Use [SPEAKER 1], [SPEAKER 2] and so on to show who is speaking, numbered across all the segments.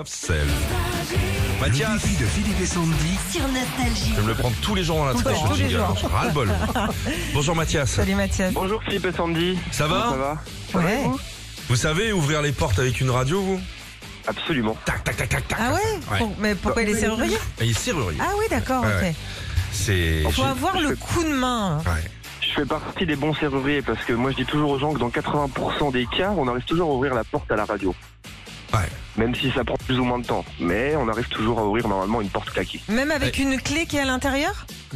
[SPEAKER 1] Offsell. Mathias,
[SPEAKER 2] de Philippe et Sandy.
[SPEAKER 3] sur Nostalgie.
[SPEAKER 1] je vais me le prendre tous les jours dans la tête.
[SPEAKER 4] Tous
[SPEAKER 1] ce
[SPEAKER 4] les
[SPEAKER 1] jingle.
[SPEAKER 4] jours.
[SPEAKER 1] J'en ras le bol. Bonjour Mathias.
[SPEAKER 4] Salut Mathias.
[SPEAKER 5] Bonjour Philippe et Sandy.
[SPEAKER 1] Ça va
[SPEAKER 5] Ça va
[SPEAKER 4] Ouais.
[SPEAKER 1] Vous savez ouvrir les portes avec une radio, vous
[SPEAKER 5] Absolument.
[SPEAKER 1] Tac, tac, tac, tac, tac.
[SPEAKER 4] Ah ouais,
[SPEAKER 1] Ouais.
[SPEAKER 4] Pour- Mais pourquoi il est serrurier
[SPEAKER 1] Et il est serrurier.
[SPEAKER 4] Ah oui, d'accord,
[SPEAKER 1] Ouais, ouais.
[SPEAKER 4] ok.
[SPEAKER 1] C'est.
[SPEAKER 4] Faut avoir le coup de main.
[SPEAKER 1] Ouais.
[SPEAKER 5] Je fais partie des bons serruriers parce que moi je dis toujours aux gens que dans 80% des cas, on arrive toujours à ouvrir la porte à la radio.
[SPEAKER 1] Ouais.
[SPEAKER 5] Même si ça prend plus ou moins de temps. Mais on arrive toujours à ouvrir normalement une porte claquée.
[SPEAKER 4] Même avec une clé qui est à l'intérieur
[SPEAKER 5] Ah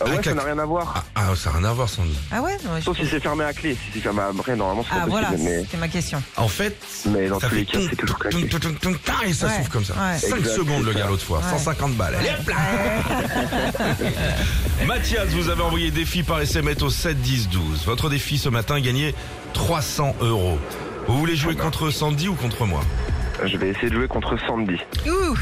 [SPEAKER 1] Ah,
[SPEAKER 5] ouais, ça
[SPEAKER 1] claque.
[SPEAKER 5] n'a rien à voir.
[SPEAKER 1] Ah, ah, ça n'a rien à voir, Sandy.
[SPEAKER 4] Ah ouais non, je-
[SPEAKER 5] Sauf si c'est fermé à clé. Si c'est fermé à vrai, normalement c'est pas
[SPEAKER 4] Ah
[SPEAKER 5] possible.
[SPEAKER 4] voilà,
[SPEAKER 5] mais,
[SPEAKER 4] c'était ma question.
[SPEAKER 1] En fait,
[SPEAKER 5] mais dans
[SPEAKER 1] ça
[SPEAKER 5] tous
[SPEAKER 1] fait
[SPEAKER 5] les cas,
[SPEAKER 1] toum,
[SPEAKER 5] c'est toujours
[SPEAKER 1] toum,
[SPEAKER 5] claqué.
[SPEAKER 1] toum, toum, toum, tain, et ça
[SPEAKER 4] Ouais,
[SPEAKER 1] s'ouvre comme ça.
[SPEAKER 4] ouais.
[SPEAKER 1] 5
[SPEAKER 5] Exact,
[SPEAKER 1] secondes, le
[SPEAKER 5] c'est
[SPEAKER 1] gars,
[SPEAKER 5] ça.
[SPEAKER 1] l'autre fois.
[SPEAKER 4] Ouais.
[SPEAKER 1] 150 balles. Allez, hop là Mathias, vous avez envoyé défi par SMS au 7 10 12. Votre défi ce matin, gagner 300 euros. Vous voulez jouer contre Sandy ou contre moi
[SPEAKER 5] Je vais essayer de jouer contre Sandy.
[SPEAKER 4] Ouh,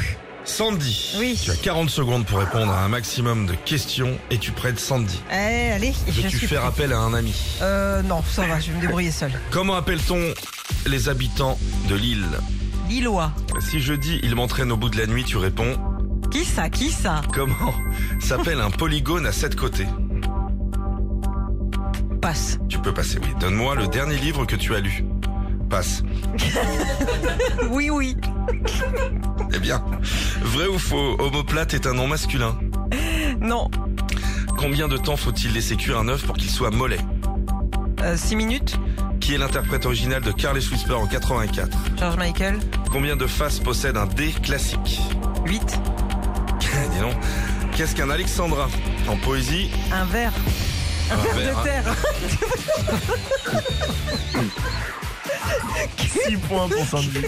[SPEAKER 1] Sandy,
[SPEAKER 4] Oui.
[SPEAKER 1] tu as 40 secondes pour répondre à un maximum de questions et tu prêtes Sandy.
[SPEAKER 4] allez, eh, allez, je
[SPEAKER 1] Veux-tu
[SPEAKER 4] suis
[SPEAKER 1] faire
[SPEAKER 4] prête.
[SPEAKER 1] appel à un ami
[SPEAKER 4] Euh, non, ça va, je vais me débrouiller seul.
[SPEAKER 1] Comment appelle-t-on les habitants de l'île
[SPEAKER 4] Lillois.
[SPEAKER 1] Si je dis ils m'entraînent au bout de la nuit, tu réponds
[SPEAKER 4] Qui ça Qui ça
[SPEAKER 1] comment s'appelle un polygone à sept côtés
[SPEAKER 4] Passe.
[SPEAKER 1] Tu peux passer, oui. Donne-moi le dernier livre que tu as lu. Passe.
[SPEAKER 4] Oui, oui.
[SPEAKER 1] Eh bien, vrai ou faux, homoplate est un nom masculin.
[SPEAKER 4] Non.
[SPEAKER 1] Combien de temps faut-il laisser cuire un œuf pour qu'il soit mollet
[SPEAKER 4] 6 euh, minutes.
[SPEAKER 1] Qui est l'interprète original de Carles Whisper en 84
[SPEAKER 4] George Michael.
[SPEAKER 1] Combien de faces possède un dé classique Eh,
[SPEAKER 4] 8.
[SPEAKER 1] Dis donc. Qu'est-ce qu'un Alexandra En poésie,
[SPEAKER 4] Un verre.
[SPEAKER 1] un hein.
[SPEAKER 4] Verre de terre.
[SPEAKER 1] 6 points pour Sandy.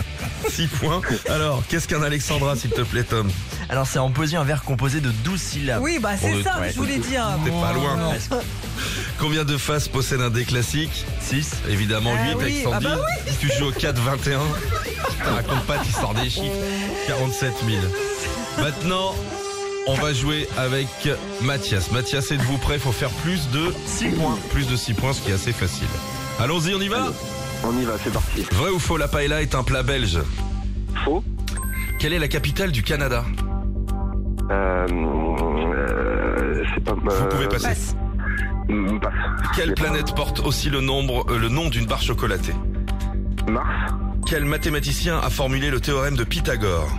[SPEAKER 1] 6 points. Alors, qu'est-ce qu'un Alexandra, s'il te plaît, Tom
[SPEAKER 6] Alors c'est en poésie un verre composé de 12 syllabes.
[SPEAKER 4] Oui, bah
[SPEAKER 1] Pour
[SPEAKER 4] c'est
[SPEAKER 1] le-
[SPEAKER 4] ça,
[SPEAKER 1] ouais.
[SPEAKER 4] je voulais dire.
[SPEAKER 1] T'es pas loin.
[SPEAKER 4] Ah, Non.
[SPEAKER 1] Combien de faces possède un dé classique 6. Évidemment, 8
[SPEAKER 4] Ah oui,
[SPEAKER 1] avec Sandy.
[SPEAKER 4] ah bah
[SPEAKER 1] Tu joues au 4, 21. Je te raconte pas, tu sors des chiffres. 47 000. Maintenant, on va jouer avec Mathias. Mathias, êtes-vous prêt Faut faire plus de 6 points. Plus de 6 points, ce qui est assez facile. Allons-y, on y va
[SPEAKER 5] On y va, c'est parti.
[SPEAKER 1] Vrai ou faux, la paella est un plat belge
[SPEAKER 5] Faux.
[SPEAKER 1] Quelle est la capitale du Canada
[SPEAKER 5] Euh, euh, c'est pas.
[SPEAKER 1] Vous pouvez passer.
[SPEAKER 4] Passe.
[SPEAKER 5] Mm, Passe.
[SPEAKER 1] Quelle planète porte aussi le, nombre, euh, le nom d'une barre chocolatée
[SPEAKER 5] Mars.
[SPEAKER 1] Quel mathématicien a formulé le théorème de Pythagore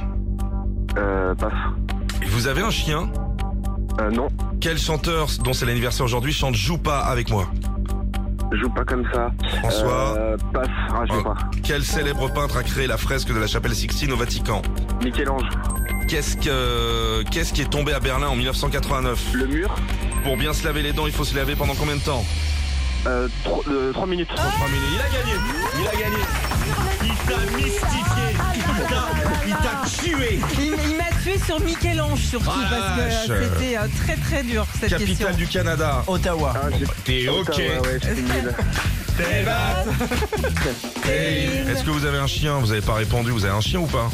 [SPEAKER 5] Euh, passe.
[SPEAKER 1] Et vous avez un chien
[SPEAKER 5] Euh, non.
[SPEAKER 1] Quel chanteur, dont c'est l'anniversaire aujourd'hui, chante Joue pas avec moi
[SPEAKER 5] Joue pas comme ça.
[SPEAKER 1] François
[SPEAKER 5] Euh, passe. Ah, je sais
[SPEAKER 1] Oh.
[SPEAKER 5] pas.
[SPEAKER 1] Quel célèbre peintre a créé la fresque de la chapelle Sixtine au Vatican
[SPEAKER 5] Michel-Ange.
[SPEAKER 1] Qu'est-ce que qu'est-ce qui est tombé à Berlin en 1989
[SPEAKER 5] Le mur.
[SPEAKER 1] Pour bien se laver les dents, il faut se laver pendant combien de temps
[SPEAKER 5] Euh, 3, minutes.
[SPEAKER 1] Trois minutes. Il a gagné Il a gagné Il t'a mystifié Il t'a- Il t'a tué
[SPEAKER 4] Il, il m'a tué sur Michel-Ange surtout
[SPEAKER 1] Ah,
[SPEAKER 4] parce que
[SPEAKER 1] vache.
[SPEAKER 4] c'était euh, très très dur cette question. Oh.
[SPEAKER 1] Capitale du Canada
[SPEAKER 6] Ottawa.
[SPEAKER 5] Ah, j'ai-
[SPEAKER 1] T'es
[SPEAKER 5] Putain,
[SPEAKER 1] ok
[SPEAKER 5] ouais, ouais, j'étais nul.
[SPEAKER 1] Est-ce que vous avez un chien Vous avez pas répondu, vous avez un chien ou pas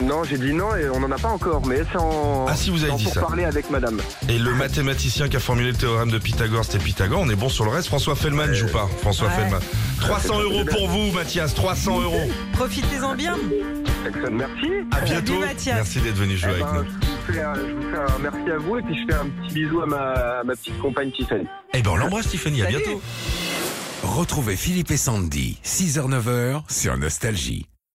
[SPEAKER 5] non, j'ai dit non et on en a pas encore, mais c'est en.
[SPEAKER 1] Ah, si, vous avez
[SPEAKER 5] en
[SPEAKER 1] dit
[SPEAKER 5] pour
[SPEAKER 1] ça.
[SPEAKER 5] parler avec madame.
[SPEAKER 1] Et le mathématicien qui a formulé le théorème de Pythagore, c'était Pythagore. On est bon sur le reste. François Fellman joue pas. François
[SPEAKER 4] Ouais.
[SPEAKER 1] Fellman. 300 euros pour vous, Mathias. 300 euros.
[SPEAKER 4] Profitez-en bien.
[SPEAKER 5] Jackson, merci.
[SPEAKER 1] À bientôt.
[SPEAKER 4] Mathias.
[SPEAKER 1] Merci d'être venu jouer
[SPEAKER 5] Eh
[SPEAKER 1] avec
[SPEAKER 5] ben,
[SPEAKER 1] nous.
[SPEAKER 5] je, vous fais un, je vous fais un merci à vous et puis je fais un petit bisou à ma, à ma petite compagne Tiffany.
[SPEAKER 1] Eh ben, on l'embrasse, Tiffany. À
[SPEAKER 4] Salut.
[SPEAKER 1] bientôt.
[SPEAKER 2] Retrouvez Philippe et Sandy, 6h-9h sur Nostalgie.